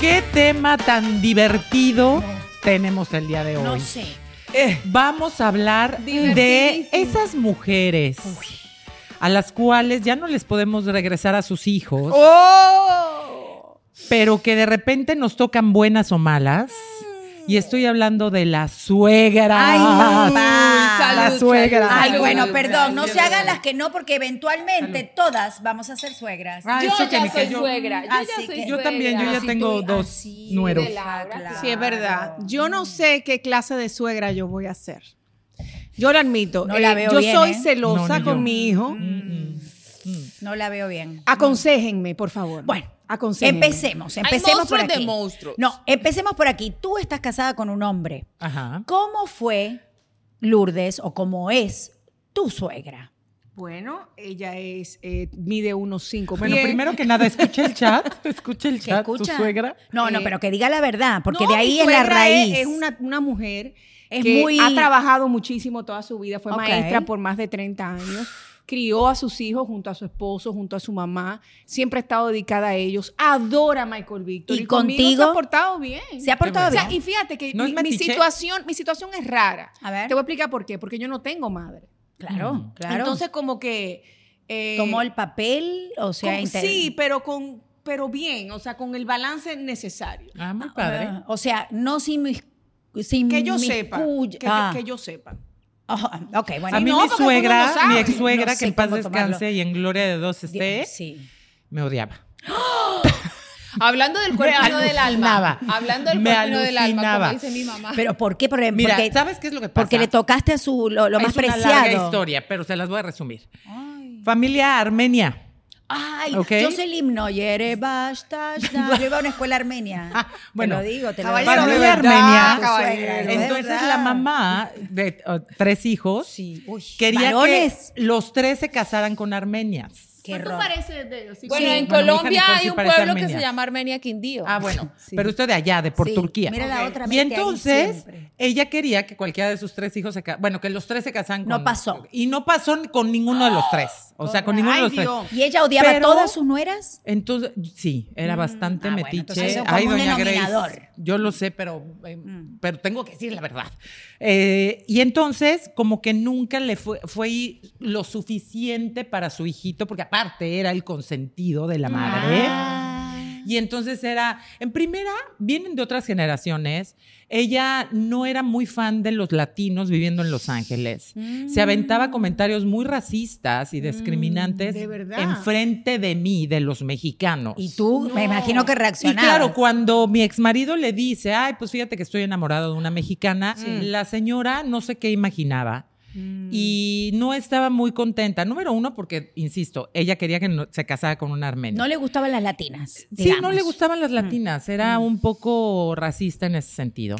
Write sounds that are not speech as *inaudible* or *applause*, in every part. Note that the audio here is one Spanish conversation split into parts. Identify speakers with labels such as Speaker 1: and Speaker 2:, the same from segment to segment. Speaker 1: qué tema tan divertido tenemos el día de hoy.
Speaker 2: No sé.
Speaker 1: Vamos a hablar de
Speaker 3: Divertidísimo.
Speaker 1: esas mujeres a las cuales ya no les podemos regresar a sus hijos,
Speaker 3: ¡Oh!
Speaker 1: pero que de repente nos tocan buenas o malas. Y estoy hablando de la suegra.
Speaker 2: Ay,
Speaker 3: Uy,
Speaker 2: mamá.
Speaker 3: salud,
Speaker 1: La suegra.
Speaker 3: salud,
Speaker 2: Ay,
Speaker 3: salud,
Speaker 2: bueno,
Speaker 3: salud,
Speaker 2: perdón, no
Speaker 3: salud,
Speaker 2: se hagan
Speaker 3: salud.
Speaker 2: las que no, porque eventualmente todas vamos a ser suegras.
Speaker 1: Ah,
Speaker 3: Yo
Speaker 1: eso que
Speaker 3: ya
Speaker 1: ni que
Speaker 3: soy
Speaker 1: yo-
Speaker 3: suegra. Yo
Speaker 2: Así
Speaker 3: ya soy
Speaker 2: que-
Speaker 1: Yo también, yo ya
Speaker 3: suegra.
Speaker 2: Así
Speaker 1: tengo
Speaker 2: tú-
Speaker 1: dos
Speaker 2: así,
Speaker 1: nueros.
Speaker 2: de Laura,
Speaker 3: Sí, es verdad.
Speaker 2: claro.
Speaker 3: Yo no sé qué clase de suegra yo voy a ser. Yo lo admito.
Speaker 2: No Mm. la
Speaker 3: Eh,
Speaker 2: veo
Speaker 3: yo
Speaker 2: bien,
Speaker 3: soy
Speaker 2: ¿eh?
Speaker 3: celosa
Speaker 1: No, ni
Speaker 3: con
Speaker 1: yo.
Speaker 3: mi hijo.
Speaker 1: Mm.
Speaker 2: No la veo bien.
Speaker 1: Ah,
Speaker 3: Aconséjenme, por favor.
Speaker 2: Bueno,
Speaker 3: aconséjenme.
Speaker 2: empecemos, empecemos por
Speaker 4: monstruos de
Speaker 2: aquí.
Speaker 4: monstruos.
Speaker 2: No, empecemos por aquí. Tú estás casada con un hombre.
Speaker 1: Ajá.
Speaker 2: ¿Cómo fue Lourdes o cómo es tu suegra?
Speaker 3: Bueno, ella es, eh, mide unos 5
Speaker 1: Bueno, primero que nada, escucha el
Speaker 2: *laughs*
Speaker 1: chat. Escucha el
Speaker 2: ¿Qué
Speaker 1: chat. ¿Tu suegra?
Speaker 2: No, no,
Speaker 3: Eh,
Speaker 2: pero que diga la verdad, porque
Speaker 3: No,
Speaker 2: de
Speaker 3: mi
Speaker 2: ahí es la
Speaker 3: suegra es-
Speaker 2: raíz.
Speaker 3: Es, una, una mujer
Speaker 2: Es
Speaker 3: que
Speaker 2: muy-
Speaker 3: ha trabajado muchísimo toda su vida, fue
Speaker 2: Ok.
Speaker 3: maestra por más de 30 años, crió a sus hijos junto a su esposo, junto a su mamá, siempre ha estado dedicada a ellos, adora a Michael Victor
Speaker 2: ¿Y
Speaker 3: conmigo
Speaker 2: contigo?
Speaker 3: se ha portado bien.
Speaker 2: Se ha portado
Speaker 3: O sea,
Speaker 2: bien.
Speaker 3: y fíjate que
Speaker 1: ¿No es
Speaker 3: mi, mi
Speaker 1: metiche?
Speaker 3: situación, mi situación es rara.
Speaker 2: A ver.
Speaker 3: Te voy a explicar por qué, porque yo no tengo madre.
Speaker 2: Claro, claro.
Speaker 3: Entonces como que eh,
Speaker 2: tomó el papel, o sea,
Speaker 3: con-
Speaker 2: inter-
Speaker 3: sí, pero con pero bien, o sea, con el balance necesario.
Speaker 1: Ah, muy padre.
Speaker 2: Ah, O sea, no sin mis- sin
Speaker 3: Que yo
Speaker 2: mis
Speaker 3: sepa,
Speaker 2: cuy-
Speaker 3: que, yo-
Speaker 2: Mm, Ah,
Speaker 3: que yo sepa.
Speaker 2: ajá, *laughs* ok, bueno.
Speaker 1: a mí
Speaker 3: no, porque uno
Speaker 1: mi
Speaker 3: no
Speaker 1: suegra,
Speaker 3: sabe.
Speaker 1: mi ex suegra,
Speaker 2: No
Speaker 1: que
Speaker 2: sé
Speaker 1: en paz
Speaker 2: cómo tomarlo.
Speaker 1: descanse y en gloria de dos
Speaker 2: Di-
Speaker 1: esté,
Speaker 2: Sí.
Speaker 1: me odiaba.
Speaker 4: Hablando del cuerpo y no del alma.
Speaker 1: alucinaba.
Speaker 4: Hablando del
Speaker 1: Me
Speaker 4: cuerpo y no del alma,
Speaker 1: alucinaba.
Speaker 4: como dice mi mamá.
Speaker 2: Pero ¿por qué? Porque,
Speaker 1: Mira,
Speaker 2: porque-
Speaker 1: ¿sabes qué es lo que pasa?
Speaker 2: porque le tocaste a su lo, lo más
Speaker 1: es una
Speaker 2: preciado.
Speaker 1: larga historia, pero se las voy a resumir. Familia armenia.
Speaker 2: Ay,
Speaker 1: Ok.
Speaker 2: yo sé el himno. Yerebash, tash,
Speaker 1: *laughs*
Speaker 2: tash. Yo iba a una escuela armenia.
Speaker 1: Ah,
Speaker 2: te
Speaker 1: bueno.
Speaker 2: lo digo, te lo
Speaker 3: Caballero,
Speaker 2: digo.
Speaker 1: de
Speaker 2: Tu
Speaker 1: verdad,
Speaker 2: suegra,
Speaker 3: caballero.
Speaker 2: de
Speaker 1: Entonces
Speaker 2: verdad.
Speaker 1: la mamá de oh, tres hijos
Speaker 2: Sí. Uy,
Speaker 1: quería
Speaker 2: varones.
Speaker 1: que los tres se casaran con armenias.
Speaker 2: Qué error.
Speaker 3: pareces de ellos?
Speaker 4: bueno,
Speaker 1: sí,
Speaker 4: en
Speaker 1: bueno, mi hija Nicole
Speaker 4: Colombia
Speaker 1: sí
Speaker 4: hay un
Speaker 1: parece
Speaker 4: pueblo que
Speaker 1: armenia.
Speaker 4: se llama Armenia Quindío.
Speaker 1: Ah, bueno, pero usted de allá, de por
Speaker 2: Sí,
Speaker 1: Turquía.
Speaker 2: Mira la otra
Speaker 1: Y
Speaker 2: mente ahí
Speaker 1: entonces
Speaker 2: siempre.
Speaker 1: ella quería que cualquiera de sus tres hijos se ca- bueno, que los tres se casaran
Speaker 2: No
Speaker 1: con
Speaker 2: pasó.
Speaker 1: Y no pasó con ninguno de los tres. O sea, con ninguno de
Speaker 3: Ay,
Speaker 1: los tres.
Speaker 3: Dios.
Speaker 2: ¿Y ella odiaba
Speaker 1: Pero-
Speaker 2: a todas sus nueras?
Speaker 1: Entonces, sí, era bastante
Speaker 2: ah, bueno,
Speaker 1: metiche.
Speaker 2: entonces es como
Speaker 1: Ay,
Speaker 2: un
Speaker 1: doña
Speaker 2: denominador. Mm.
Speaker 1: Grace, yo lo sé, pero, eh, pero tengo que decir la verdad. Eh, y entonces, como que nunca le fue, fue lo suficiente para su hijito, porque aparte era el consentido de la madre.
Speaker 2: Ah.
Speaker 1: Y entonces era, en primera, vienen de otras generaciones. Ella no era muy fan de los latinos viviendo en Los Ángeles. Se
Speaker 2: Mm.
Speaker 1: aventaba comentarios muy racistas y discriminantes
Speaker 3: de verdad.
Speaker 1: enfrente de mí, de los mexicanos.
Speaker 2: Y tú, me imagino que
Speaker 1: Y
Speaker 2: reaccionabas.
Speaker 1: claro, cuando mi exmarido le dice, ay, pues fíjate que estoy enamorado de una mexicana, la señora no sé qué imaginaba.
Speaker 2: Mm.
Speaker 1: Y no estaba muy contenta. Número uno, porque, insisto, ella quería que no- se casara con un armenio.
Speaker 2: No le Mm. gustaban las latinas.
Speaker 1: Sí, no le gustaban las latinas, era un poco racista en ese sentido.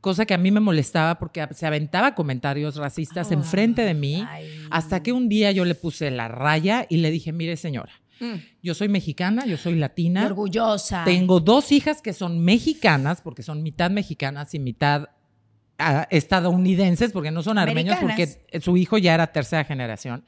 Speaker 1: Cosa que a mí me molestaba porque se aventaba comentarios racistas enfrente de mí,
Speaker 2: Oh, Ay.
Speaker 1: hasta que un día yo le puse la raya y le dije, mire señora, yo soy mexicana, yo soy
Speaker 2: Y
Speaker 1: latina,
Speaker 2: orgullosa.
Speaker 1: tengo dos hijas que son mexicanas, porque son mitad mexicanas y mitad ah, estadounidenses, porque no son armenios,
Speaker 2: Americanas.
Speaker 1: porque su hijo ya era tercera generación.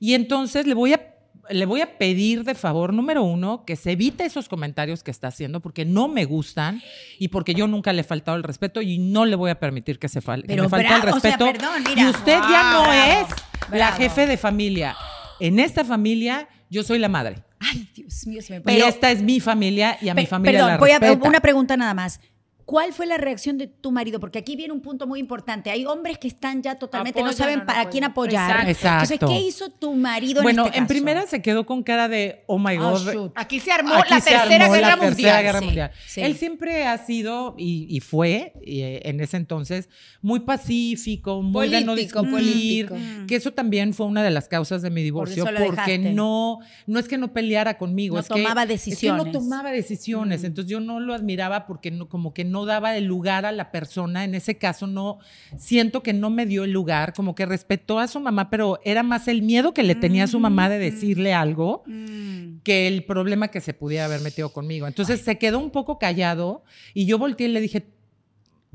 Speaker 1: Y entonces le voy a le voy a pedir de favor, número uno, que se evite esos comentarios que está haciendo porque no me gustan y porque yo nunca le he faltado el respeto y no le voy a permitir que se fal- que
Speaker 2: Pero
Speaker 1: me falte el
Speaker 2: bravo, o sea,
Speaker 1: respeto.
Speaker 2: perdón, mira.
Speaker 1: y usted ya no
Speaker 2: Wow.
Speaker 1: es la
Speaker 2: Bravo.
Speaker 1: jefe de familia. En esta familia yo soy la madre.
Speaker 2: Ay, Dios mío, se me
Speaker 1: Pero, esta es mi familia y a mi
Speaker 2: Pe-
Speaker 1: familia
Speaker 2: Perdón,
Speaker 1: la
Speaker 2: voy a
Speaker 1: respeta.
Speaker 2: una pregunta nada más. ¿Cuál fue la reacción de tu marido? Porque aquí viene un punto muy importante. Hay hombres que están ya totalmente, no
Speaker 4: Apoyan
Speaker 2: saben
Speaker 4: o no
Speaker 2: para
Speaker 4: apoyan.
Speaker 2: quién apoyar.
Speaker 1: Exacto.
Speaker 2: Entonces, ¿qué hizo tu marido
Speaker 1: Bueno,
Speaker 2: en este
Speaker 1: en
Speaker 2: caso?
Speaker 1: primera se quedó con cara de, oh my
Speaker 2: Oh,
Speaker 1: God.
Speaker 2: shoot.
Speaker 3: Aquí se armó
Speaker 1: aquí
Speaker 3: la
Speaker 1: se
Speaker 3: tercera
Speaker 1: armó
Speaker 3: guerra
Speaker 1: la
Speaker 3: mundial.
Speaker 1: Tercera Guerra
Speaker 2: sí,
Speaker 1: Mundial.
Speaker 2: sí.
Speaker 1: Él siempre ha sido y, y fue y, eh, en ese entonces muy pacífico, muy de no
Speaker 4: Político,
Speaker 1: discutir,
Speaker 4: político.
Speaker 1: que eso también fue una de las causas de mi divorcio
Speaker 2: eso lo
Speaker 1: porque
Speaker 2: dejaste.
Speaker 1: no no es que no peleara conmigo,
Speaker 2: No
Speaker 1: es que-
Speaker 2: tomaba
Speaker 1: es que
Speaker 2: decisiones.
Speaker 1: no tomaba decisiones, entonces yo no lo admiraba porque no, como que no daba el lugar a la persona, en ese caso no siento que no me dio el lugar, como que respetó a su mamá, pero era más el miedo que le tenía a su mamá de decirle algo que el problema que se pudiera haber metido conmigo. Entonces se quedó un poco callado y yo volteé y le dije,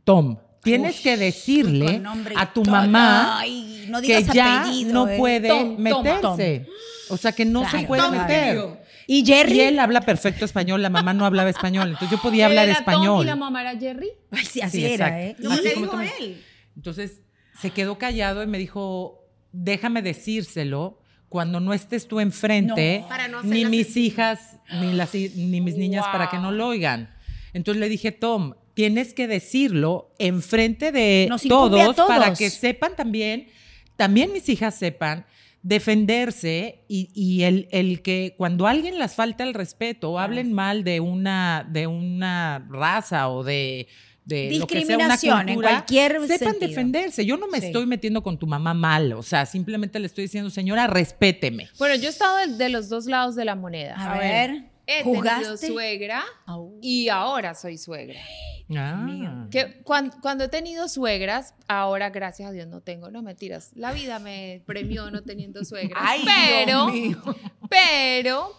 Speaker 1: Tom, tienes que decirle
Speaker 2: Con nombre y
Speaker 1: a tu
Speaker 2: todo.
Speaker 1: mamá
Speaker 2: Ay, no
Speaker 1: que
Speaker 2: digas
Speaker 1: ya
Speaker 2: apellido,
Speaker 1: no
Speaker 2: eh.
Speaker 1: puede
Speaker 2: Tom, Tom,
Speaker 1: meterse. O sea, que no
Speaker 2: Claro,
Speaker 1: se puede
Speaker 2: Tom,
Speaker 1: meter.
Speaker 3: claro.
Speaker 2: ¿Y Jerry?
Speaker 1: Y él habla perfecto español, la mamá no hablaba español, entonces yo podía hablar
Speaker 4: Era Tom
Speaker 1: español.
Speaker 4: y la mamá era Jerry.
Speaker 2: Ay, sí, así
Speaker 1: Sí,
Speaker 2: era, ¿eh?
Speaker 1: exacto.
Speaker 4: No,
Speaker 1: Así
Speaker 4: le
Speaker 1: como
Speaker 4: dijo
Speaker 1: tú-
Speaker 4: él.
Speaker 1: Entonces se quedó callado y me dijo, déjame decírselo cuando no estés tú enfrente,
Speaker 2: No.
Speaker 4: Para no
Speaker 1: ni
Speaker 4: hacerla
Speaker 1: mis hijas, ni, las, hi- ni mis niñas para que no lo oigan. Entonces le dije, Tom, tienes que decirlo enfrente de
Speaker 2: Nos incumbe a
Speaker 1: todos, para
Speaker 2: todos.
Speaker 1: que sepan también, también mis hijas sepan defenderse y, y el, el que cuando alguien las falta el respeto o hablen mal de una, de una raza o de... de lo que sea una
Speaker 2: Discriminación, en
Speaker 1: cultura,
Speaker 2: cualquier
Speaker 1: sepan
Speaker 2: sentido.
Speaker 1: defenderse. Yo no me
Speaker 2: Sí.
Speaker 1: estoy metiendo con tu mamá mal, o sea, simplemente le estoy diciendo, señora, respéteme.
Speaker 4: Bueno, yo he estado de, de los dos lados de la moneda.
Speaker 2: A ver,
Speaker 4: He tenido
Speaker 2: ¿jugaste?
Speaker 4: suegra
Speaker 2: Au.
Speaker 4: y ahora soy suegra.
Speaker 1: Ah.
Speaker 4: Que cuan- cuando, he tenido suegras, ahora gracias a Dios no tengo, no mentiras. La vida me premió no teniendo suegras. pero, pero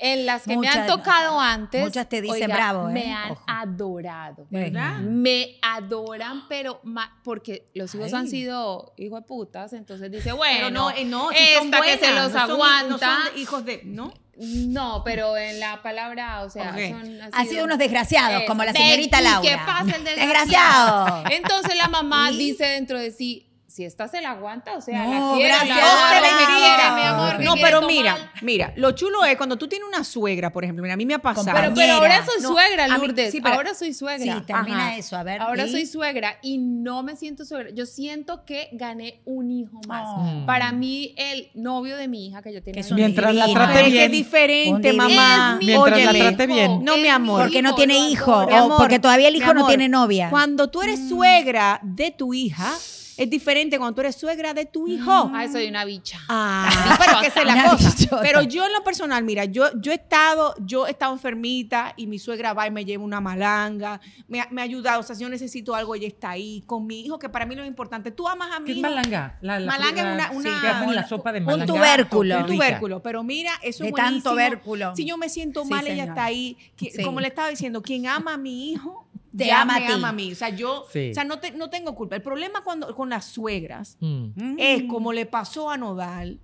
Speaker 4: en las que me han
Speaker 2: Muchas-
Speaker 4: tocado antes.
Speaker 2: muchas te dicen bravo, ¿eh?
Speaker 4: Me han
Speaker 2: Ojo.
Speaker 4: adorado. Mm.
Speaker 2: ¿Verdad?
Speaker 4: Me adoran, pero ma- porque los hijos han
Speaker 2: Ay.
Speaker 4: sido hijo de putas, entonces dice, bueno,
Speaker 5: Pero no, eh, no, si son
Speaker 4: esta que se
Speaker 5: buenas,
Speaker 4: los
Speaker 5: no son-
Speaker 4: aguanta.
Speaker 5: no son de- hijos de, ¿no?
Speaker 4: No, pero en la palabra, o sea,
Speaker 5: Ok.
Speaker 4: son
Speaker 2: Ha sido unos desgraciados,
Speaker 4: Eso.
Speaker 2: como la
Speaker 4: Ve,
Speaker 2: señorita
Speaker 4: ¿y
Speaker 2: Laura.
Speaker 4: ¿Qué pasa el
Speaker 2: Desgraciado.
Speaker 4: *laughs* desgraciado? Entonces la mamá dice dentro de sí, si esta se la aguanta, o sea,
Speaker 2: No,
Speaker 4: la quiero, la
Speaker 2: gracias,
Speaker 4: adoro,
Speaker 5: Dios te
Speaker 4: me
Speaker 2: bendiga.
Speaker 4: quiere, mi amor. que
Speaker 5: No,
Speaker 4: quiere
Speaker 5: pero
Speaker 4: tomar.
Speaker 5: mira, mira, lo chulo es cuando tú tienes una suegra, por ejemplo, mira, a mí me ha pasado.
Speaker 4: Pero, pero
Speaker 2: Compañera.
Speaker 4: ahora soy
Speaker 5: No, a
Speaker 4: suegra,
Speaker 5: mí-
Speaker 4: Lourdes.
Speaker 5: sí, pero-
Speaker 4: ahora soy suegra.
Speaker 2: Sí, termina
Speaker 5: Ajá.
Speaker 2: eso, a ver.
Speaker 4: Ahora
Speaker 2: ¿y?
Speaker 4: soy suegra y no me siento suegra. Yo siento que gané un hijo más.
Speaker 1: Mm.
Speaker 2: Oh.
Speaker 4: Para mí, el novio de mi hija, que yo tiene
Speaker 2: Que es un
Speaker 1: Mientras la
Speaker 2: divino,
Speaker 1: trate
Speaker 2: ¿eh?
Speaker 5: Pero que
Speaker 1: bien.
Speaker 5: es diferente,
Speaker 2: Un
Speaker 5: mamá.
Speaker 1: Es mi Mientras la
Speaker 5: Óyeme.
Speaker 1: trate bien.
Speaker 5: No, mi amor.
Speaker 2: Porque no tiene hijo,
Speaker 5: Mi amor,
Speaker 2: o porque todavía el
Speaker 5: mi
Speaker 2: hijo no
Speaker 5: amor,
Speaker 2: tiene novia.
Speaker 5: Cuando tú
Speaker 2: Mm.
Speaker 5: eres suegra de tu hija, es diferente cuando tú eres suegra de tu hijo.
Speaker 4: Ay, soy una bicha.
Speaker 5: Oh. Ah, no, pero que esa es la
Speaker 2: Mm. *laughs* Una
Speaker 5: cosa.
Speaker 2: bichota.
Speaker 5: Pero yo en lo personal, mira, yo, yo he estado, yo he estado enfermita y mi suegra va y me lleva una malanga, me, ha- me ha ayudado, o sea, si yo necesito algo, ella está ahí con mi hijo, que para mí lo importante. Tú amas a mi
Speaker 1: ¿Qué es
Speaker 5: hijo,
Speaker 1: malanga? La- la-
Speaker 5: Malanga es
Speaker 1: la-
Speaker 5: una- una-
Speaker 1: sí, que hacen la
Speaker 5: un-
Speaker 1: sopa de
Speaker 5: un
Speaker 1: malanga.
Speaker 2: tubérculo.
Speaker 1: Qué
Speaker 5: un
Speaker 1: rica.
Speaker 5: tubérculo, pero mira, eso
Speaker 2: De
Speaker 5: es
Speaker 2: tanto
Speaker 5: buenísimo.
Speaker 2: tubérculo.
Speaker 5: Si yo me siento
Speaker 2: Sí,
Speaker 5: mal, ella
Speaker 2: señor.
Speaker 5: está ahí. Que-
Speaker 2: Sí.
Speaker 5: Como le estaba diciendo, quien ama a mi hijo,
Speaker 2: Te
Speaker 5: ya
Speaker 2: ama a
Speaker 5: me
Speaker 2: ti.
Speaker 5: ama a mí. O sea, yo,
Speaker 1: Sí.
Speaker 5: o sea, no, te- no tengo culpa. El problema cuando, con las suegras
Speaker 1: Mm.
Speaker 5: es como le pasó a Nodal,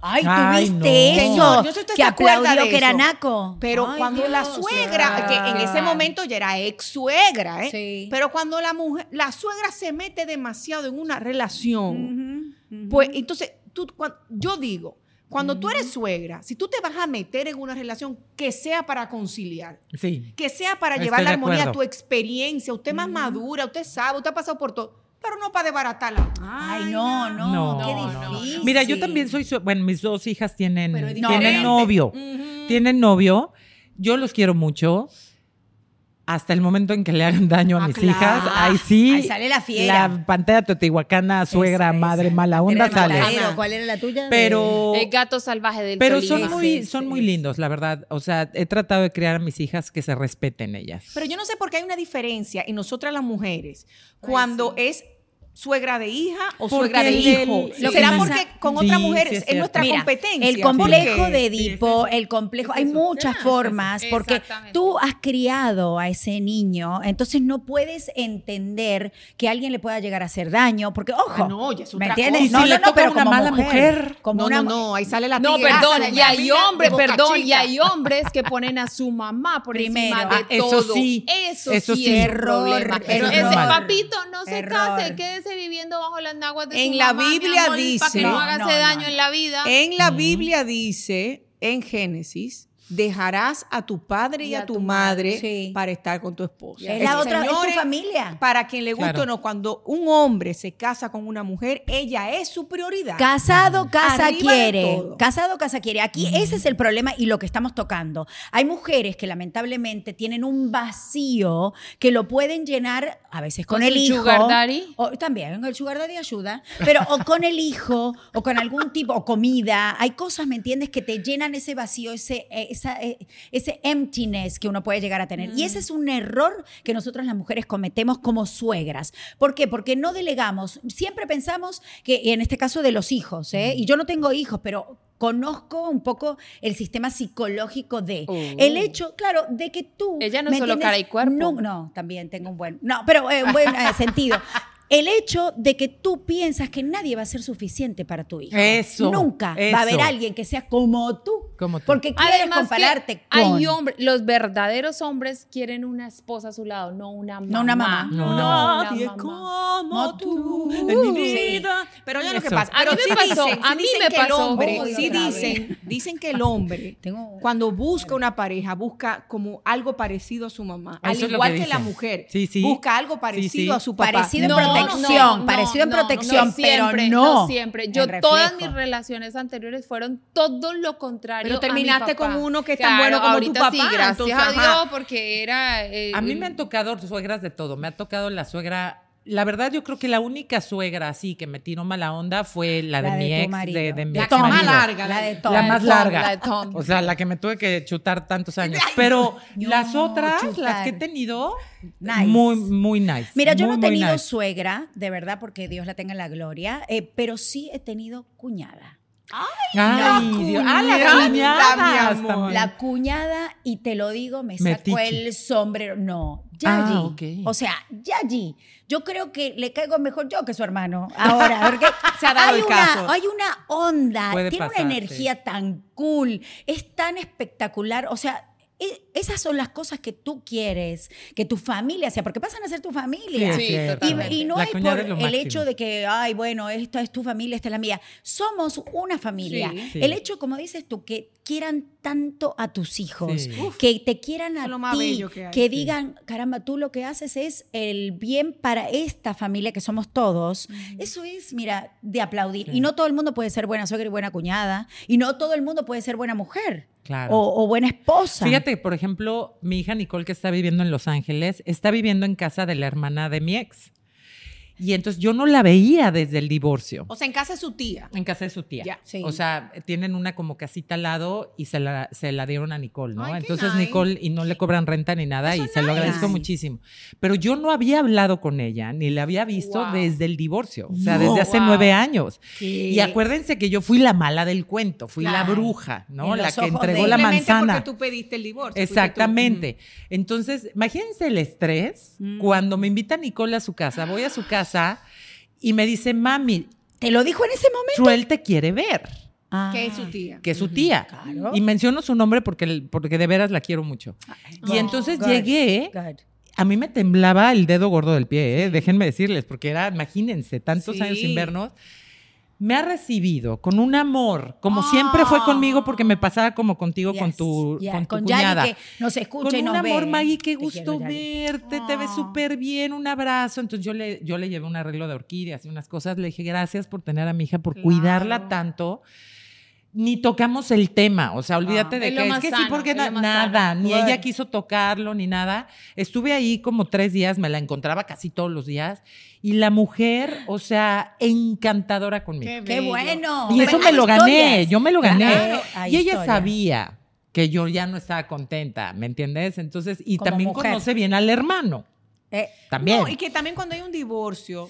Speaker 2: Ay,
Speaker 1: Ay,
Speaker 2: tuviste
Speaker 1: no.
Speaker 2: eso.
Speaker 5: Señor, yo sé usted
Speaker 2: que
Speaker 5: se acuerda
Speaker 2: aplaudió
Speaker 5: de
Speaker 2: que era
Speaker 5: eso.
Speaker 2: naco.
Speaker 5: Pero
Speaker 2: Ay,
Speaker 5: cuando la
Speaker 2: Dios.
Speaker 5: suegra,
Speaker 2: Ah.
Speaker 5: que en ese momento ya era ex suegra, ¿eh?
Speaker 2: Sí.
Speaker 5: Pero cuando la mujer, la suegra se mete demasiado en una relación,
Speaker 2: Ujú, ujú.
Speaker 5: pues entonces tú, cuan- yo digo, cuando tú eres suegra, si tú te vas a meter en una relación que sea para conciliar,
Speaker 1: Sí.
Speaker 5: que sea para
Speaker 1: Estoy
Speaker 5: llevar la
Speaker 1: de
Speaker 5: armonía a
Speaker 1: acuerdo.
Speaker 5: tu experiencia, usted más madura, usted sabe, usted ha pasado por todo, pero no para desbaratarla.
Speaker 2: Ay, no, no,
Speaker 1: No,
Speaker 2: qué
Speaker 1: no,
Speaker 4: no.
Speaker 2: difícil.
Speaker 1: Mira, yo también soy, su- bueno, mis dos hijas tienen,
Speaker 4: Pero es
Speaker 1: tienen
Speaker 4: diferente.
Speaker 1: novio,
Speaker 5: Mm. Ujú.
Speaker 1: tienen novio, yo los quiero mucho, hasta el momento en que le hagan daño a
Speaker 5: Ah,
Speaker 1: mis
Speaker 5: claro.
Speaker 1: hijas, ahí sí,
Speaker 2: Ahí sale la fiera.
Speaker 1: la pantera teotihuacana, suegra,
Speaker 2: Esa,
Speaker 1: madre,
Speaker 2: esa.
Speaker 1: mala onda,
Speaker 2: Era
Speaker 1: sale.
Speaker 2: Matadero, ¿Cuál era la tuya?
Speaker 1: Pero,
Speaker 4: El gato salvaje del
Speaker 1: pero
Speaker 4: Tolima.
Speaker 1: son muy,
Speaker 2: Sí,
Speaker 1: son
Speaker 2: sí,
Speaker 1: muy
Speaker 2: sí.
Speaker 1: lindos, la verdad, o sea, he tratado de criar a mis hijas que se respeten ellas.
Speaker 5: Pero yo no sé por qué hay una diferencia en nosotras las mujeres cuando es suegra de hija o
Speaker 1: Porque
Speaker 5: suegra de
Speaker 1: el-
Speaker 5: hijo.
Speaker 1: lo
Speaker 5: ¿Será
Speaker 2: que pasa-
Speaker 5: porque con
Speaker 1: Sí,
Speaker 5: otra
Speaker 1: sí
Speaker 5: mujer
Speaker 1: es
Speaker 5: es,
Speaker 1: cierto.
Speaker 5: nuestra
Speaker 2: Mira,
Speaker 5: competencia?
Speaker 2: el complejo
Speaker 5: Porque-
Speaker 2: de Edipo, el complejo, hay muchas formas, porque
Speaker 4: Exactamente.
Speaker 2: tú has criado a ese niño, entonces no puedes entender que alguien le pueda llegar a hacer daño, porque ojo,
Speaker 5: Ah, no, ya es
Speaker 2: ¿me
Speaker 5: otra
Speaker 2: entiendes?
Speaker 5: cosa.
Speaker 1: Y si le toca una
Speaker 2: como
Speaker 1: mala mujer.
Speaker 2: como
Speaker 5: no,
Speaker 2: una
Speaker 5: no, no, ahí sale la
Speaker 4: No,
Speaker 5: tigraza
Speaker 4: perdón,
Speaker 5: de
Speaker 4: y
Speaker 5: la
Speaker 4: hay
Speaker 5: vida,
Speaker 4: hombres,
Speaker 5: de Boca
Speaker 4: perdón, y
Speaker 5: Chica.
Speaker 4: hay hombres que ponen a su mamá por
Speaker 2: Primero.
Speaker 4: encima
Speaker 1: Ah,
Speaker 4: de
Speaker 1: eso
Speaker 4: todo.
Speaker 1: sí,
Speaker 4: eso,
Speaker 1: eso
Speaker 4: sí
Speaker 1: sí.
Speaker 4: es un
Speaker 2: Error,
Speaker 4: problema.
Speaker 1: eso es
Speaker 4: Ese
Speaker 1: normal.
Speaker 4: papito no se
Speaker 2: Error.
Speaker 4: case, quédese viviendo bajo las naguas de su
Speaker 5: En
Speaker 4: mamá.
Speaker 5: la
Speaker 4: mi
Speaker 5: Biblia
Speaker 4: amor, para
Speaker 5: dice-
Speaker 4: que no,
Speaker 2: No,
Speaker 4: hágase
Speaker 2: no,
Speaker 4: daño
Speaker 2: no.
Speaker 4: en la vida.
Speaker 5: En la Biblia dice, en Génesis, dejarás a tu padre y, a, tu madre
Speaker 2: Sí.
Speaker 5: para estar con tu esposa.
Speaker 2: Es la
Speaker 5: Eso,
Speaker 2: otra, es tu
Speaker 5: señores,
Speaker 2: familia.
Speaker 5: Para quien le guste
Speaker 1: Claro.
Speaker 5: o no, cuando un hombre se casa con una mujer, ella es su prioridad.
Speaker 2: Casado, casa
Speaker 5: Arriba de
Speaker 2: quiere.
Speaker 5: todo.
Speaker 2: Casado, casa quiere. Aquí ese es el problema y lo que estamos tocando. Hay mujeres que lamentablemente tienen un vacío que lo pueden llenar a veces con,
Speaker 4: ¿Con
Speaker 2: el
Speaker 4: su
Speaker 2: hijo.
Speaker 4: sugar daddy?
Speaker 2: O, también, el sugar daddy ayuda. Pero o con el hijo, o con algún tipo, o comida. Hay cosas, ¿me entiendes?, que te llenan ese vacío, ese, eh, esa, eh, ese emptiness que uno puede llegar a tener. Y ese es un error que nosotros las mujeres cometemos como suegras. ¿Por qué? Porque no delegamos. Siempre pensamos que, y en este caso de los hijos, ¿eh? y yo no tengo hijos, pero conozco un poco el sistema psicológico de el hecho, claro, de que tú
Speaker 4: Ella no
Speaker 2: ¿me
Speaker 4: es solo
Speaker 2: entiendes?
Speaker 4: cara y cuerpo.
Speaker 2: No, no, también tengo un buen, no, pero eh, un buen eh, sentido. El hecho de que tú piensas que nadie va a ser suficiente para tu hijo.
Speaker 1: Eso,
Speaker 2: Nunca va a
Speaker 1: eso.
Speaker 2: haber alguien que sea como tú.
Speaker 1: Como tú.
Speaker 2: Porque quieres compararte
Speaker 4: que
Speaker 2: con...
Speaker 4: hay hombres, los verdaderos hombres quieren una esposa a su lado, no una mamá.
Speaker 2: No una mamá.
Speaker 1: No, una
Speaker 4: No,
Speaker 1: mamá.
Speaker 4: una mamá.
Speaker 5: como
Speaker 2: tú.
Speaker 5: en mi
Speaker 2: Sí.
Speaker 5: vida. Pero ya lo que
Speaker 1: Eso.
Speaker 5: pasa.
Speaker 4: A mí
Speaker 5: Pero
Speaker 4: me
Speaker 5: sí
Speaker 4: pasó,
Speaker 5: dicen,
Speaker 4: a
Speaker 5: sí
Speaker 4: mí
Speaker 5: dicen
Speaker 4: me
Speaker 5: que el
Speaker 4: pasó.
Speaker 5: hombre,
Speaker 2: Odio
Speaker 5: sí
Speaker 2: otra vez.
Speaker 5: dicen, dicen que el hombre
Speaker 2: Tengo-
Speaker 5: cuando busca una pareja, busca como algo parecido a su mamá, al
Speaker 1: Eso es lo
Speaker 5: igual
Speaker 1: que
Speaker 5: que, la
Speaker 1: dicen.
Speaker 5: mujer.
Speaker 1: Sí, sí.
Speaker 5: Busca algo parecido
Speaker 1: Sí, sí.
Speaker 5: a su papá.
Speaker 2: Parecido
Speaker 4: No,
Speaker 2: en protección,
Speaker 4: no, no,
Speaker 2: parecido en
Speaker 4: no,
Speaker 2: protección,
Speaker 4: no
Speaker 2: pero
Speaker 4: siempre,
Speaker 2: no.
Speaker 4: siempre.
Speaker 2: en
Speaker 4: Yo todas
Speaker 2: reflejo.
Speaker 4: mis relaciones anteriores fueron todo lo contrario.
Speaker 5: Pero
Speaker 4: a mi
Speaker 5: terminaste
Speaker 4: papá.
Speaker 5: con uno que es tan bueno como tu
Speaker 4: ahorita sí,
Speaker 5: papá,
Speaker 4: gracias
Speaker 5: entonces,
Speaker 4: a
Speaker 5: ajá.
Speaker 4: Dios, porque era. eh,
Speaker 1: A mí me han tocado suegras de todo. Me ha tocado la suegra. La verdad, yo creo que la única suegra así que me tiró mala onda fue la de,
Speaker 2: La de
Speaker 1: mi
Speaker 2: tu
Speaker 1: ex,
Speaker 2: marido.
Speaker 1: de, de mi
Speaker 2: La
Speaker 1: ex
Speaker 5: que más
Speaker 1: marido.
Speaker 5: larga.
Speaker 2: La de Tom.
Speaker 1: La más
Speaker 4: Tom,
Speaker 1: larga.
Speaker 4: la de Tom.
Speaker 1: O sea, la que me tuve que chutar tantos años. Pero
Speaker 2: no,
Speaker 1: las otras, las
Speaker 2: chutar.
Speaker 1: que he tenido,
Speaker 2: Nice.
Speaker 1: muy, muy nice.
Speaker 2: Mira, yo
Speaker 1: Muy,
Speaker 2: no he
Speaker 1: muy
Speaker 2: tenido
Speaker 1: nice.
Speaker 2: suegra, de verdad, porque Dios la tenga en la gloria, eh, pero sí he tenido cuñada.
Speaker 1: Ay,
Speaker 5: La
Speaker 1: Dios. Ah, las
Speaker 5: cuñada,
Speaker 1: cuñadas
Speaker 5: mi amor.
Speaker 1: también.
Speaker 2: La cuñada, y te lo digo, me sacó
Speaker 1: Metiche.
Speaker 2: el sombrero. No, Yayi.
Speaker 1: Ah, ok.
Speaker 2: O sea, Yayi. Yo creo que le caigo mejor yo que su hermano ahora, porque
Speaker 5: Se ha dado
Speaker 2: hay,
Speaker 5: el
Speaker 2: una,
Speaker 5: caso.
Speaker 2: hay una onda,
Speaker 1: Puede
Speaker 2: tiene
Speaker 1: pasar,
Speaker 2: una
Speaker 1: sí.
Speaker 2: energía tan cool, es tan espectacular. O sea, e- esas son las cosas que tú quieres, que tu familia sea, porque pasan a ser tu familia.
Speaker 1: Sí,
Speaker 4: Sí,
Speaker 1: sí,
Speaker 4: totalmente.
Speaker 2: Y-
Speaker 1: totalmente.
Speaker 2: Y, no
Speaker 1: La
Speaker 2: es por
Speaker 1: cuñada es
Speaker 2: el
Speaker 1: lo máximo.
Speaker 2: hecho de que, ay, bueno, esta es tu familia, esta es la mía. Somos una familia.
Speaker 5: Sí.
Speaker 1: Sí.
Speaker 2: El hecho, como dices tú, que quieran tanto a tus hijos,
Speaker 1: Sí.
Speaker 2: que te quieran a
Speaker 5: es lo más
Speaker 2: ti,
Speaker 5: bello que hay,
Speaker 2: que digan, caramba, tú lo que haces es el bien para esta familia que somos todos. Eso es, mira, de aplaudir.
Speaker 1: Sí.
Speaker 2: Y no todo el mundo puede ser buena suegra y buena cuñada, y no todo el mundo puede ser buena mujer
Speaker 1: Claro.
Speaker 2: o, o buena esposa.
Speaker 1: Fíjate, por ejemplo, mi hija Nicole, que está viviendo en Los Ángeles, está viviendo en casa de la hermana de mi ex. Y entonces yo no la veía desde el divorcio.
Speaker 5: O sea, en casa es su tía.
Speaker 1: En casa de su tía.
Speaker 5: Ya, sí.
Speaker 1: O sea, tienen una como casita al lado y se la, se la dieron a Nicole, ¿no?
Speaker 5: Ay, qué
Speaker 1: Entonces
Speaker 5: nice.
Speaker 1: Nicole y no le cobran renta ni nada y se lo agradezco
Speaker 2: nice.
Speaker 1: muchísimo. Pero yo no había hablado con ella ni la había visto
Speaker 4: Wow.
Speaker 1: desde el divorcio, o sea,
Speaker 2: No.
Speaker 1: desde hace
Speaker 4: Wow.
Speaker 1: nueve años. Y
Speaker 5: ¿Qué?
Speaker 1: acuérdense que yo fui la mala del cuento, fui la
Speaker 2: Claro.
Speaker 1: bruja, ¿no?
Speaker 2: En
Speaker 1: La
Speaker 2: los
Speaker 1: que
Speaker 2: ojos de-
Speaker 1: entregó la
Speaker 5: Simplemente
Speaker 1: manzana.
Speaker 5: porque tú pediste el divorcio. fuiste tú.
Speaker 1: Exactamente. Entonces, imagínense el estrés
Speaker 5: Mm.
Speaker 1: cuando me invita Nicole a su casa, voy a su casa y me dice, mami,
Speaker 2: ¿Te lo dijo en ese momento?
Speaker 1: Truel te quiere ver,
Speaker 2: Ah.
Speaker 5: Ujú. Que es su tía.
Speaker 1: que es su tía.
Speaker 2: claro.
Speaker 1: Y menciono su nombre porque, porque de veras la quiero mucho.
Speaker 2: God,
Speaker 1: y entonces
Speaker 2: God,
Speaker 1: llegué,
Speaker 2: God.
Speaker 1: a mí me temblaba el dedo gordo del pie, ¿eh? déjenme decirles, porque era, imagínense, tantos
Speaker 5: Sí.
Speaker 1: años sin vernos. Me ha recibido con un amor, como siempre fue conmigo, porque me pasaba como contigo con
Speaker 2: Ah. Yes,
Speaker 1: tu,
Speaker 2: yeah,
Speaker 1: con tu
Speaker 2: Yali
Speaker 1: cuñada.
Speaker 2: que nos escucha
Speaker 1: con
Speaker 2: y nos
Speaker 1: un amor,
Speaker 2: ve.
Speaker 1: Maggie, qué
Speaker 2: Te
Speaker 1: gusto
Speaker 2: quiero, Yali.
Speaker 1: verte, te
Speaker 4: Ah.
Speaker 1: ves súper bien, un abrazo. Entonces yo le, yo le llevé un arreglo de orquídeas y unas cosas. Le dije, gracias por tener a mi hija, por cuidarla tanto. Ni tocamos el tema, o sea, olvídate de
Speaker 4: Ah, es lo
Speaker 1: que es
Speaker 4: más
Speaker 1: que sí,
Speaker 4: sano,
Speaker 1: porque
Speaker 4: es lo
Speaker 1: na-
Speaker 4: más
Speaker 1: nada,
Speaker 4: sano.
Speaker 1: ni ella quiso tocarlo, ni nada. Estuve ahí como tres días, me la encontraba casi todos los días, y la mujer, o sea, encantadora conmigo.
Speaker 2: ¡Qué
Speaker 5: bello.
Speaker 2: bueno!
Speaker 1: Y eso
Speaker 2: Bueno,
Speaker 1: me lo
Speaker 2: hay
Speaker 1: gané,
Speaker 2: historias.
Speaker 1: yo me lo gané.
Speaker 2: Claro, hay
Speaker 1: y ella
Speaker 2: historias.
Speaker 1: sabía que yo ya no estaba contenta, ¿me entiendes? Entonces, y
Speaker 2: Como
Speaker 1: también
Speaker 2: mujer.
Speaker 1: conoce bien al hermano,
Speaker 2: Eh,
Speaker 1: también.
Speaker 5: No, y que también cuando hay un divorcio,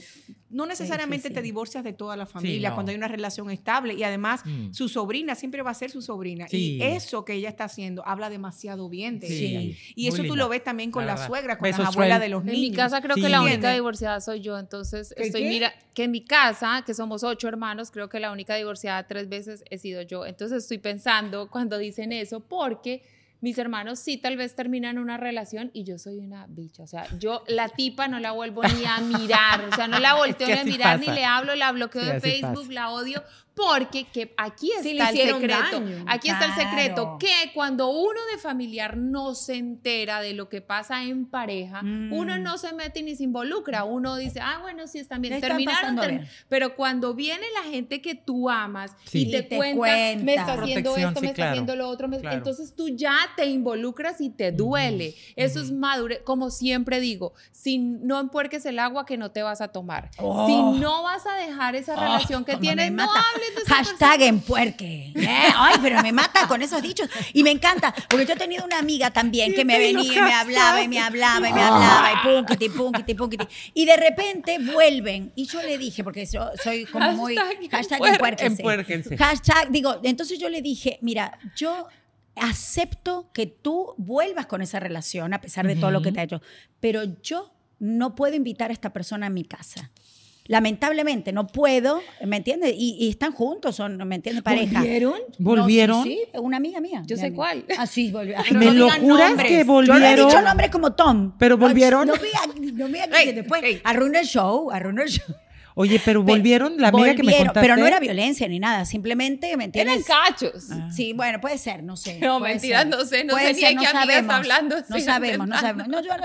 Speaker 5: no necesariamente te divorcias de toda la familia,
Speaker 1: no.
Speaker 5: cuando hay una relación estable y además
Speaker 1: Mm.
Speaker 5: su sobrina siempre va a ser su sobrina.
Speaker 1: Sí.
Speaker 5: Y eso que ella está haciendo habla demasiado bien de
Speaker 1: Sí.
Speaker 5: ella. Y
Speaker 1: Muy
Speaker 5: eso tú
Speaker 1: linda,
Speaker 5: lo ves también con
Speaker 1: la
Speaker 5: la,
Speaker 1: verdad.
Speaker 5: suegra, con
Speaker 1: Besos,
Speaker 5: las abuelas
Speaker 1: Suel.
Speaker 5: de los
Speaker 4: En
Speaker 5: niños.
Speaker 4: mi casa creo
Speaker 1: Sí.
Speaker 4: que la única
Speaker 5: ¿Entiendes?
Speaker 4: divorciada soy yo, entonces
Speaker 5: ¿Qué,
Speaker 4: estoy
Speaker 5: qué?
Speaker 4: mira que en mi casa, que somos ocho hermanos, creo que la única divorciada tres veces he sido yo. Entonces estoy pensando cuando dicen eso porque mis hermanos sí tal vez terminan una relación y yo soy una bicha, o sea, yo la tipa no la vuelvo ni a mirar, o sea, no
Speaker 5: *laughs*
Speaker 4: la volteo
Speaker 1: que
Speaker 4: ni a
Speaker 1: así
Speaker 4: mirar
Speaker 1: pasa.
Speaker 4: ni le hablo, la bloqueo
Speaker 1: Sí,
Speaker 4: de
Speaker 1: así
Speaker 4: Facebook, la odio porque que aquí
Speaker 5: Sí, le
Speaker 4: está el
Speaker 5: hicieron
Speaker 4: secreto.
Speaker 5: daño.
Speaker 4: Aquí está el secreto
Speaker 2: Claro.
Speaker 4: que cuando uno de familiar no se entera de lo que pasa en pareja,
Speaker 2: Mm.
Speaker 4: uno no se mete ni se involucra, uno dice, ah, bueno, sí, están bien,
Speaker 2: La están
Speaker 4: terminaron,
Speaker 2: pasando
Speaker 4: termi-".
Speaker 2: bien.
Speaker 4: pero cuando viene la gente que tú amas
Speaker 1: Sí.
Speaker 4: y te,
Speaker 2: Y te
Speaker 4: cuenta,
Speaker 2: cuenta.
Speaker 4: me está haciendo
Speaker 1: Protección, sí,
Speaker 4: esto, me está
Speaker 1: claro,
Speaker 4: haciendo lo otro, me-
Speaker 1: claro.
Speaker 4: entonces tú ya te involucras y te duele. Eso es madurez, como siempre digo, si no empuerques el agua que no te vas a tomar,
Speaker 2: Oh.
Speaker 4: si no vas a dejar esa relación que
Speaker 2: Como me
Speaker 4: tienes, no
Speaker 2: mata.
Speaker 4: hables de esa persona.
Speaker 2: Hashtag en puerque. Ay, pero me mata con esos dichos. Y me encanta, porque yo he tenido una amiga también que me venía y me hablaba y me hablaba y me hablaba y punquiti, punquiti, punquiti. Y de repente vuelven. Y yo le dije, porque yo soy como muy.
Speaker 4: Hashtag en
Speaker 2: Hashtag
Speaker 4: puer-
Speaker 2: empuérquense.
Speaker 1: empuérquense.
Speaker 2: Hashtag, digo, entonces yo le dije, mira, yo acepto que tú vuelvas con esa relación a pesar de todo lo que te ha hecho, pero yo no puedo invitar a esta persona a mi casa. Lamentablemente no puedo, ¿me entiendes? Y, y están juntos, son, ¿me entiendes? Pareja.
Speaker 5: ¿Volvieron?
Speaker 1: ¿Volvieron?
Speaker 2: No, sí, sí, una amiga mía.
Speaker 4: Yo
Speaker 2: mi
Speaker 4: sé
Speaker 2: amiga.
Speaker 4: cuál.
Speaker 2: Ah,
Speaker 1: *laughs*
Speaker 2: sí, volvieron.
Speaker 5: Pero
Speaker 1: ¿Me
Speaker 5: no
Speaker 1: lo
Speaker 5: digan
Speaker 1: juras
Speaker 5: nombres.
Speaker 1: que
Speaker 2: Yo le he
Speaker 1: volvieron?
Speaker 2: dicho nombres como Tom.
Speaker 1: ¿Pero
Speaker 2: No,
Speaker 1: volvieron?
Speaker 2: No me diga- no me diga que
Speaker 5: Ey,
Speaker 2: después
Speaker 5: ey.
Speaker 2: arruinó el show, arruinó el show.
Speaker 1: Oye, pero volvieron la amiga que me
Speaker 2: Volvieron,
Speaker 1: contaste.
Speaker 2: Pero no era violencia ni nada, simplemente, ¿me
Speaker 4: Eran
Speaker 2: entiendes?
Speaker 4: cachos.
Speaker 2: Sí, bueno, puede ser, no sé.
Speaker 4: Ah, No,
Speaker 2: puede
Speaker 4: mentiras,
Speaker 2: ser.
Speaker 4: no sé, no
Speaker 2: Puede
Speaker 4: sé ni de qué amiga está hablando,
Speaker 2: No
Speaker 4: estoy
Speaker 2: sabemos, no
Speaker 4: inventando.
Speaker 2: sabemos. No, yo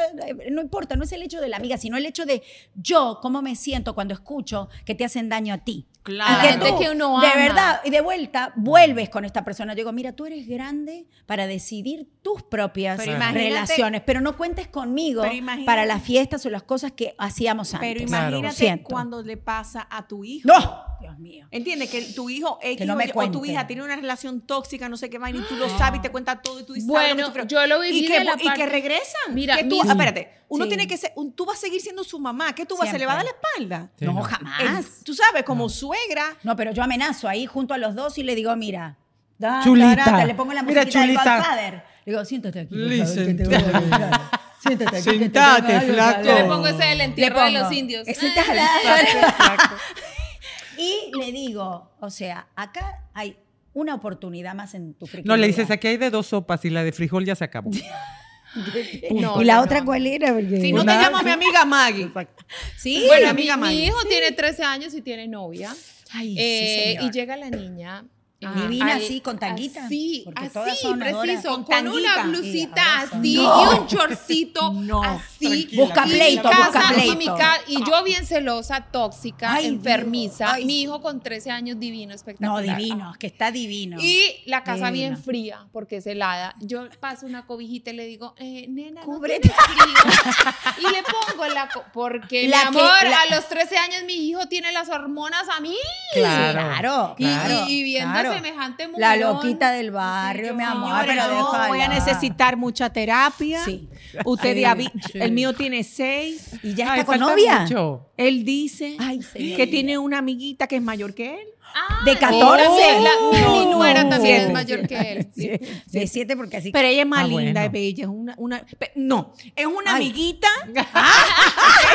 Speaker 2: no- no importa, no es el hecho de la amiga, sino el hecho de yo, cómo me siento cuando escucho que te hacen daño a ti.
Speaker 4: A
Speaker 5: Claro.
Speaker 2: Y
Speaker 4: la gente
Speaker 2: tú,
Speaker 4: que uno
Speaker 2: De
Speaker 4: ama.
Speaker 2: verdad, y de vuelta, vuelves con esta persona. Yo digo, mira, tú eres grande para decidir tus propias
Speaker 5: Pero imagínate-
Speaker 2: relaciones, pero no cuentes conmigo
Speaker 5: Pero imagínate-
Speaker 2: para las fiestas o las cosas que hacíamos antes.
Speaker 5: Pero
Speaker 1: Claro.
Speaker 5: imagínate
Speaker 2: Siento.
Speaker 5: cuando le pasa a tu hijo.
Speaker 2: ¡No! Dios mío.
Speaker 5: ¿Entiendes? Que tu hijo X
Speaker 2: Que no
Speaker 5: o
Speaker 2: me
Speaker 5: Y- o, tu
Speaker 2: cuenten.
Speaker 5: hija tiene una relación tóxica, no sé qué vaina, y tú lo sabes y te cuenta todo y tú dices,
Speaker 4: Bueno,
Speaker 5: "Sabes lo que sufrió".
Speaker 4: yo lo viví
Speaker 5: y que,
Speaker 4: de la
Speaker 5: y
Speaker 4: parte-
Speaker 5: que regresan.
Speaker 4: Mira,
Speaker 5: que tú,
Speaker 4: mis-
Speaker 5: espérate, uno
Speaker 4: Sí.
Speaker 5: tiene que ser, un- tú vas a seguir siendo su mamá, ¿qué tú vas a hacer? ¿Le vas a dar la espalda?
Speaker 1: Sí,
Speaker 2: no,
Speaker 1: no.
Speaker 2: jamás.
Speaker 5: Eh, tú sabes, como suegra,
Speaker 2: No, pero yo amenazo ahí junto a los dos y le digo, mira, da, da,
Speaker 1: Chulita.
Speaker 2: da, le pongo la
Speaker 1: Mira,
Speaker 2: musiquita del
Speaker 1: chulita.
Speaker 2: Godfather. Le digo, siéntate aquí. por favor,
Speaker 1: Listen.
Speaker 2: que te voy a ayudar. Siéntate aquí. que te
Speaker 1: Sentate,
Speaker 2: tengo algo para
Speaker 1: flaco.
Speaker 4: Yo le
Speaker 2: hablar".
Speaker 4: pongo ese del entierro de
Speaker 2: pongo,
Speaker 4: los indios.
Speaker 2: "Siéntate aquí".
Speaker 4: Ah, *laughs* exacto.
Speaker 2: Y le digo, o sea, acá hay una oportunidad más en tu friquiñuela.
Speaker 1: No, le dices, aquí hay de dos sopas y la de frijol ya se acabó.
Speaker 2: ¿Y
Speaker 4: No,
Speaker 2: la
Speaker 4: no,
Speaker 2: otra
Speaker 4: no.
Speaker 2: cuál era? Porque-
Speaker 5: si no te
Speaker 1: Una-
Speaker 5: llama mi amiga Maggie.
Speaker 2: Sí.
Speaker 4: Bueno,
Speaker 5: la
Speaker 4: mi,
Speaker 5: amiga
Speaker 4: mi
Speaker 5: Maggie.
Speaker 4: hijo tiene 13 años y tiene novia.
Speaker 2: Ay, sí,
Speaker 4: Eh,
Speaker 2: señor.
Speaker 4: y llega la niña.
Speaker 2: Ah, divina, así, con tanguita,
Speaker 4: Sí,
Speaker 2: porque todas
Speaker 4: así,
Speaker 2: son adoras.
Speaker 4: preciso,
Speaker 5: Con
Speaker 4: con,
Speaker 5: tanguita.
Speaker 4: una blusita
Speaker 2: Sí, adoras.
Speaker 4: así
Speaker 2: No.
Speaker 4: y un
Speaker 2: *laughs*
Speaker 4: chorcito
Speaker 5: No,
Speaker 4: así.
Speaker 1: tranquila, Busca
Speaker 4: Y mi
Speaker 2: pleito,
Speaker 4: casa-
Speaker 2: busca pleito. Ah.
Speaker 4: Y, mi ca- y yo bien celosa, tóxica,
Speaker 2: Ay, Dios,
Speaker 4: enfermiza.
Speaker 2: ay.
Speaker 4: Mi hijo con 13 años divino,
Speaker 2: No,
Speaker 4: espectacular.
Speaker 2: divino, es que está divino.
Speaker 4: Y la casa bien
Speaker 2: Divino.
Speaker 4: fría, porque es helada. Yo paso una cobijita y le digo, eh, nena,
Speaker 2: Cúbrete.
Speaker 4: Cúbrete. frío? Y le pongo la... co- porque,
Speaker 2: La
Speaker 4: mi
Speaker 2: que-
Speaker 4: amor,
Speaker 2: la-
Speaker 4: a los 13 años mi hijo tiene las hormonas a mí.
Speaker 2: Claro, claro.
Speaker 4: Y- y- y viendo
Speaker 2: claro.
Speaker 4: semejante
Speaker 2: La
Speaker 4: mujerón.
Speaker 2: loquita del barrio,
Speaker 4: Sí,
Speaker 2: mi
Speaker 4: yo-
Speaker 2: amor.
Speaker 5: Señores,
Speaker 2: Ah, pero
Speaker 5: yo
Speaker 2: déjala.
Speaker 5: voy a necesitar mucha terapia.
Speaker 2: Sí.
Speaker 5: Usted
Speaker 2: Sí,
Speaker 5: diabi-
Speaker 2: sí.
Speaker 5: el mío tiene seis.
Speaker 2: Y ya
Speaker 1: Ay,
Speaker 2: está con
Speaker 1: falta
Speaker 2: novia.
Speaker 1: mucho.
Speaker 5: Él dice
Speaker 2: Ay, señor.
Speaker 5: que tiene una amiguita que es mayor que él.
Speaker 4: Ah,
Speaker 2: De
Speaker 4: la-
Speaker 2: 14.
Speaker 4: la- mi nuera también
Speaker 5: Siete.
Speaker 4: es mayor que él. Sí.
Speaker 2: De siete porque así.
Speaker 5: Pero ella es más
Speaker 1: Ah,
Speaker 5: linda,
Speaker 1: bueno.
Speaker 5: es bella, es una, una pe- no, es una
Speaker 2: Ay. *laughs*
Speaker 5: amiguita.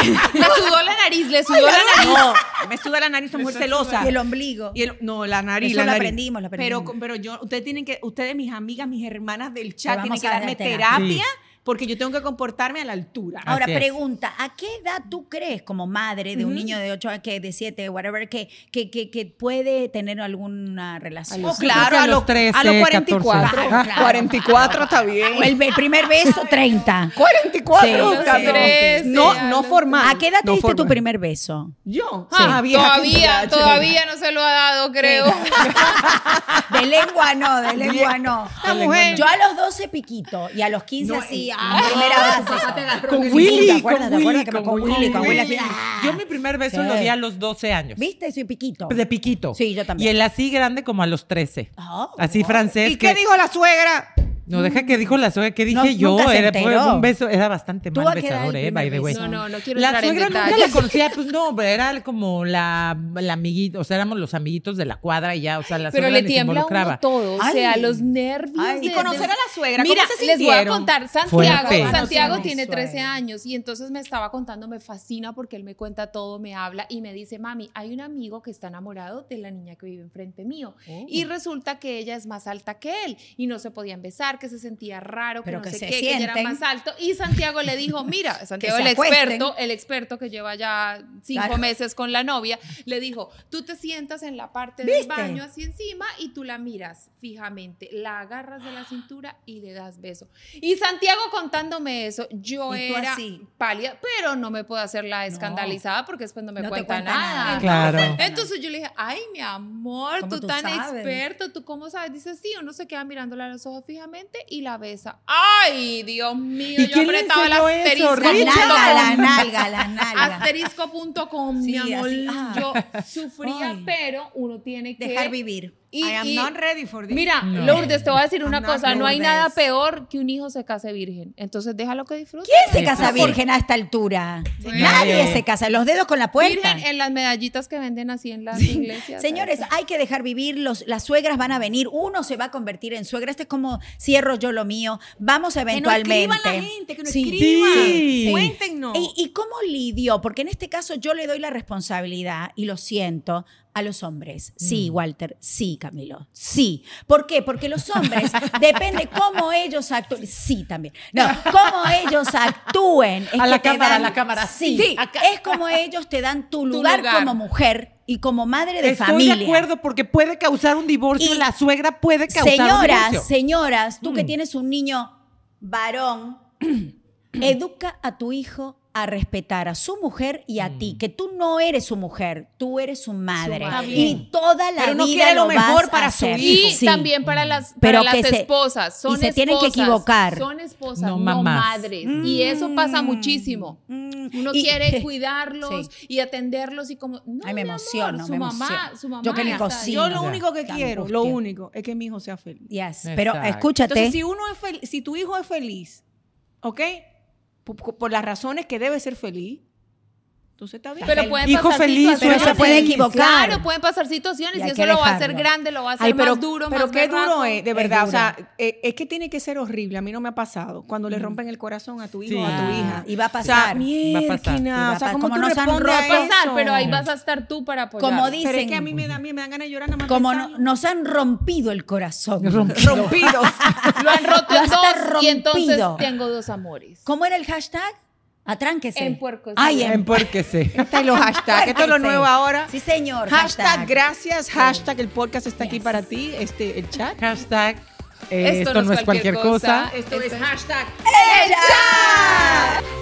Speaker 4: Le sudó la nariz, le sudó la nariz.
Speaker 5: No, me suda la nariz, soy muy celosa.
Speaker 2: y el ombligo.
Speaker 5: Y el- no, la nariz,
Speaker 2: Eso
Speaker 5: la
Speaker 2: lo
Speaker 5: nariz.
Speaker 2: aprendimos, lo aprendimos.
Speaker 5: Pero, con- pero yo, ustedes tienen que, ustedes, mis amigas, mis hermanas del
Speaker 2: Te
Speaker 5: chat, tienen
Speaker 2: vamos
Speaker 5: que
Speaker 2: a dar
Speaker 5: darme terapia,
Speaker 2: terapia.
Speaker 5: porque yo tengo que comportarme a la altura.
Speaker 1: Ah,
Speaker 2: Ahora,
Speaker 1: Así es.
Speaker 2: pregunta, ¿a qué edad tú crees, como madre de un niño de 8, que de 7, whatever, que, que, que, que puede tener alguna relación?
Speaker 5: Oh,
Speaker 1: creo que a los 13,
Speaker 5: 44.
Speaker 1: 14. Claro,
Speaker 2: claro.
Speaker 5: 44 está bien.
Speaker 2: O el, el primer beso, *laughs* 30.
Speaker 5: 44.
Speaker 2: Sí,
Speaker 5: cabrón.
Speaker 2: sí,
Speaker 4: sí, sí.
Speaker 5: no,
Speaker 4: A
Speaker 5: no
Speaker 4: los-
Speaker 5: formal.
Speaker 2: ¿A qué edad te
Speaker 5: no
Speaker 2: diste tu
Speaker 5: formal.
Speaker 2: primer beso?
Speaker 5: Yo.
Speaker 4: Ah,
Speaker 5: Ah, vieja,
Speaker 4: todavía,
Speaker 5: qué
Speaker 4: todavía no se lo ha dado, creo.
Speaker 2: De lengua no, de lengua no.
Speaker 5: Esta mujer.
Speaker 2: Yo a los 12 piquito y a los 15 así, ah, primera base.
Speaker 1: Con
Speaker 2: ¿Te
Speaker 1: Willy, con
Speaker 2: acuerdas? ¿Te acuerdas
Speaker 1: Willy,
Speaker 2: que me- con Willy, con Willy, así, ah.
Speaker 1: Yo mi primer beso
Speaker 2: Sí.
Speaker 1: lo di a los 12 años.
Speaker 2: ¿Viste? Soy piquito.
Speaker 1: De piquito.
Speaker 2: Sí, yo también.
Speaker 1: Y el así grande como a los 13.
Speaker 2: Oh,
Speaker 1: así francés.
Speaker 5: ¿Y qué dijo la suegra?
Speaker 1: No, deja que dijo la suegra. ¿Qué dije
Speaker 2: No,
Speaker 1: yo?
Speaker 2: nunca se
Speaker 1: Era, fue
Speaker 2: enteró.
Speaker 1: un beso, era bastante
Speaker 2: ¿Tú
Speaker 1: mal
Speaker 2: a qué edad
Speaker 1: besador,
Speaker 2: el
Speaker 1: eh, by the
Speaker 2: primer
Speaker 1: way.
Speaker 2: beso?
Speaker 4: No, no, no quiero
Speaker 1: La
Speaker 4: entrar en
Speaker 1: suegra nunca
Speaker 4: detalles.
Speaker 1: la conocía, pues no, hombre, era como la, la amiguita, o sea, éramos los amiguitos de la cuadra y ya, o sea, la
Speaker 4: Pero
Speaker 1: suegra
Speaker 4: le
Speaker 1: ni se
Speaker 4: tiembla a uno
Speaker 1: involucraba.
Speaker 4: todo, o sea,
Speaker 2: Ay.
Speaker 4: los nervios.
Speaker 2: Ay.
Speaker 4: de-
Speaker 5: Y conocer a la suegra.
Speaker 4: Mira,
Speaker 5: ¿Cómo se
Speaker 4: les voy a
Speaker 5: sintieron?
Speaker 4: contar, Santiago,
Speaker 1: Fuerte.
Speaker 4: Santiago
Speaker 2: Conocer a
Speaker 4: tiene
Speaker 2: mi
Speaker 4: 13
Speaker 2: suegra.
Speaker 4: años y entonces me estaba contando, me fascina porque él me cuenta todo, me habla y me dice, mami, hay un amigo que está enamorado de la niña que vive enfrente mío
Speaker 1: Oh.
Speaker 4: y resulta que ella es más alta que él y no se podían besar, que se sentía raro, que
Speaker 2: Pero
Speaker 4: no
Speaker 2: que
Speaker 4: sé
Speaker 2: se
Speaker 4: qué, que ella era
Speaker 2: sienten.
Speaker 4: más alto y Santiago le
Speaker 2: *laughs*
Speaker 4: dijo, mira, Santiago
Speaker 2: se
Speaker 4: el
Speaker 2: acuesten.
Speaker 4: experto, el experto que lleva ya cinco
Speaker 2: Claro.
Speaker 4: meses con la novia, le dijo, tú te sientas en la parte del
Speaker 2: ¿Viste?
Speaker 4: baño así encima y tú la miras fijamente, la agarras
Speaker 2: *gasps*
Speaker 4: de la cintura y le das beso. Y Santiago contándome eso, yo
Speaker 2: Y tú
Speaker 4: era
Speaker 2: así.
Speaker 4: pálida, pero no me puedo hacer la escandalizada porque después no me
Speaker 2: No te
Speaker 4: cuenta,
Speaker 2: cuenta
Speaker 4: nada.
Speaker 2: nada.
Speaker 1: Claro.
Speaker 4: Entonces yo le dije, ay, mi amor,
Speaker 2: ¿Cómo
Speaker 4: tú,
Speaker 2: tú
Speaker 4: tan
Speaker 2: sabes?
Speaker 4: experto, tú cómo sabes. Dice, sí, uno se queda mirándola a los ojos fijamente y la besa. Ay, Dios mío,
Speaker 1: ¿Y
Speaker 4: yo
Speaker 1: quién le
Speaker 4: apretaba el
Speaker 1: enseñó eso,
Speaker 4: asterisco.
Speaker 2: La
Speaker 1: Richard?
Speaker 2: nalga,
Speaker 4: punto com.
Speaker 2: la nalga, la nalga.
Speaker 4: Asterisco.com,
Speaker 2: Sí,
Speaker 4: mi amor.
Speaker 2: así, ah.
Speaker 4: Yo sufría,
Speaker 2: Ay.
Speaker 4: pero uno tiene que
Speaker 2: Dejar vivir.
Speaker 4: Y,
Speaker 5: I am
Speaker 4: y-
Speaker 5: not ready for this.
Speaker 4: Mira,
Speaker 1: No.
Speaker 4: Lourdes, te voy a decir
Speaker 5: I'm
Speaker 4: una
Speaker 5: not
Speaker 4: cosa. No hay
Speaker 5: Lourdes.
Speaker 4: nada peor que un hijo se case virgen. Entonces déjalo que disfrute.
Speaker 2: ¿Quién se
Speaker 1: Sí,
Speaker 2: casa
Speaker 1: sí, sí.
Speaker 2: virgen a esta altura?
Speaker 4: Bueno.
Speaker 2: Nadie se casa. Los dedos con la puerta.
Speaker 4: Virgen en las medallitas que venden así en las iglesias.
Speaker 2: Señores, hay que dejar vivir, los, las suegras van a venir, uno se va a convertir en suegra, este es como cierro yo lo mío, vamos
Speaker 5: Que nos
Speaker 2: eventualmente.
Speaker 5: escriban la gente, que nos
Speaker 2: Sí.
Speaker 5: escriban.
Speaker 1: Sí.
Speaker 5: Cuéntenos.
Speaker 2: ¿Y, y cómo lidió? Porque en este caso yo le doy la responsabilidad, y lo siento, a los hombres.
Speaker 1: Mm.
Speaker 2: Sí, Walter, sí, Camilo, sí. ¿Por qué? Porque los
Speaker 1: *laughs*
Speaker 2: hombres, depende cómo ellos actúen. Sí, también. No, cómo ellos actúen. es
Speaker 1: A la
Speaker 2: te
Speaker 1: cámara, a la cámara,
Speaker 2: Sí,
Speaker 1: sí,
Speaker 2: es como ellos te dan tu lugar,
Speaker 4: lugar.
Speaker 2: como mujer y como madre de
Speaker 1: Estoy
Speaker 2: familia.
Speaker 1: de acuerdo porque puede causar un divorcio.
Speaker 2: Y-
Speaker 1: la suegra puede causar un
Speaker 2: Señoras,
Speaker 1: divorcio.
Speaker 2: señoras, tú que tienes un niño varón, educa a tu hijo a respetar a su mujer y a ti, que tú no eres su mujer, tú eres su madre.
Speaker 4: madre. Está
Speaker 2: Y toda la
Speaker 5: Pero uno
Speaker 2: vida
Speaker 5: quiere lo
Speaker 2: vas
Speaker 5: mejor
Speaker 2: a
Speaker 5: para su
Speaker 2: hacer.
Speaker 4: Y
Speaker 2: Sí.
Speaker 4: también para las,
Speaker 2: Pero
Speaker 4: para las
Speaker 2: que se-
Speaker 4: esposas. Son
Speaker 2: y se tienen que
Speaker 4: esposas,
Speaker 2: equivocar.
Speaker 4: Son esposas,
Speaker 1: No
Speaker 4: no,
Speaker 1: mamás.
Speaker 4: madres. Y eso pasa muchísimo. Uno
Speaker 2: Mm. Y- *laughs*
Speaker 4: quiere cuidarlos y atenderlos y como... No,
Speaker 2: Ay, me
Speaker 4: mi amor,
Speaker 2: emociono,
Speaker 4: su
Speaker 2: me
Speaker 4: mamá,
Speaker 2: emociono.
Speaker 4: su mamá.
Speaker 2: Yo que ni
Speaker 4: está-
Speaker 2: cocino.
Speaker 5: Ah, Yo lo
Speaker 1: Ya.
Speaker 5: único que
Speaker 2: La
Speaker 5: quiero,
Speaker 2: angustia.
Speaker 5: lo único, es que mi hijo sea feliz.
Speaker 2: Yes, Pero
Speaker 1: Exacto.
Speaker 2: escúchate,
Speaker 5: Entonces, si uno es fel- si tu hijo es feliz, ¿ok? Por, por- por las razones que debe ser feliz, entonces está bien.
Speaker 4: Pero pueden
Speaker 1: Hijo
Speaker 4: pasar
Speaker 1: feliz,
Speaker 4: situaciones.
Speaker 1: suegra
Speaker 2: se puede
Speaker 1: feliz.
Speaker 2: equivocar.
Speaker 4: Claro, pueden pasar situaciones
Speaker 2: Y
Speaker 4: y,
Speaker 2: hay
Speaker 4: eso
Speaker 2: que
Speaker 4: lo va a hacer
Speaker 2: dejarlo.
Speaker 4: grande, lo va a hacer
Speaker 5: Ay, pero,
Speaker 4: más duro,
Speaker 5: pero
Speaker 4: más
Speaker 5: qué
Speaker 4: berraco.
Speaker 5: duro es, de
Speaker 2: Es
Speaker 5: verdad. o
Speaker 2: duro.
Speaker 5: sea, eh, es que tiene que ser horrible. A mí no me ha pasado. Cuando le rompen el corazón a tu hijo
Speaker 1: Sí.
Speaker 5: o a tu hija.
Speaker 2: y va a
Speaker 5: O sea,
Speaker 2: pasar.
Speaker 1: Va a pasar.
Speaker 5: miérquina,
Speaker 2: Va a
Speaker 5: o sea,
Speaker 2: pasar.
Speaker 5: ¿cómo
Speaker 2: Como
Speaker 5: tú
Speaker 2: nos han
Speaker 5: respondes
Speaker 2: roto-
Speaker 4: Va a pasar,
Speaker 5: eso?
Speaker 4: pero ahí vas a estar tú para apoyar.
Speaker 2: como
Speaker 5: Pero es que a mí
Speaker 2: dicen,
Speaker 5: me, da, a mí me dan ganas de llorar nada más
Speaker 2: como no-
Speaker 5: pensarlo.
Speaker 2: nos han rompido el corazón.
Speaker 5: *laughs* rompidos. *laughs*
Speaker 4: Lo han roto
Speaker 2: Lo
Speaker 4: en
Speaker 2: está
Speaker 4: dos y entonces
Speaker 2: rompido.
Speaker 4: tengo dos amores.
Speaker 2: ¿Cómo era el hashtag? Atránquese.
Speaker 4: En puerco.
Speaker 2: Ay, en
Speaker 1: Empórquese.
Speaker 5: Está en los hashtags. Esto es lo nuevo ahora.
Speaker 2: Sí, señor.
Speaker 5: hashtag, gracias. Hashtag el podcast está aquí para ti. Este, el
Speaker 1: *laughs*
Speaker 5: chat.
Speaker 1: Hashtag. eh, esto, no es cualquier cosa.
Speaker 5: Esto es hashtag
Speaker 2: ¡Ella!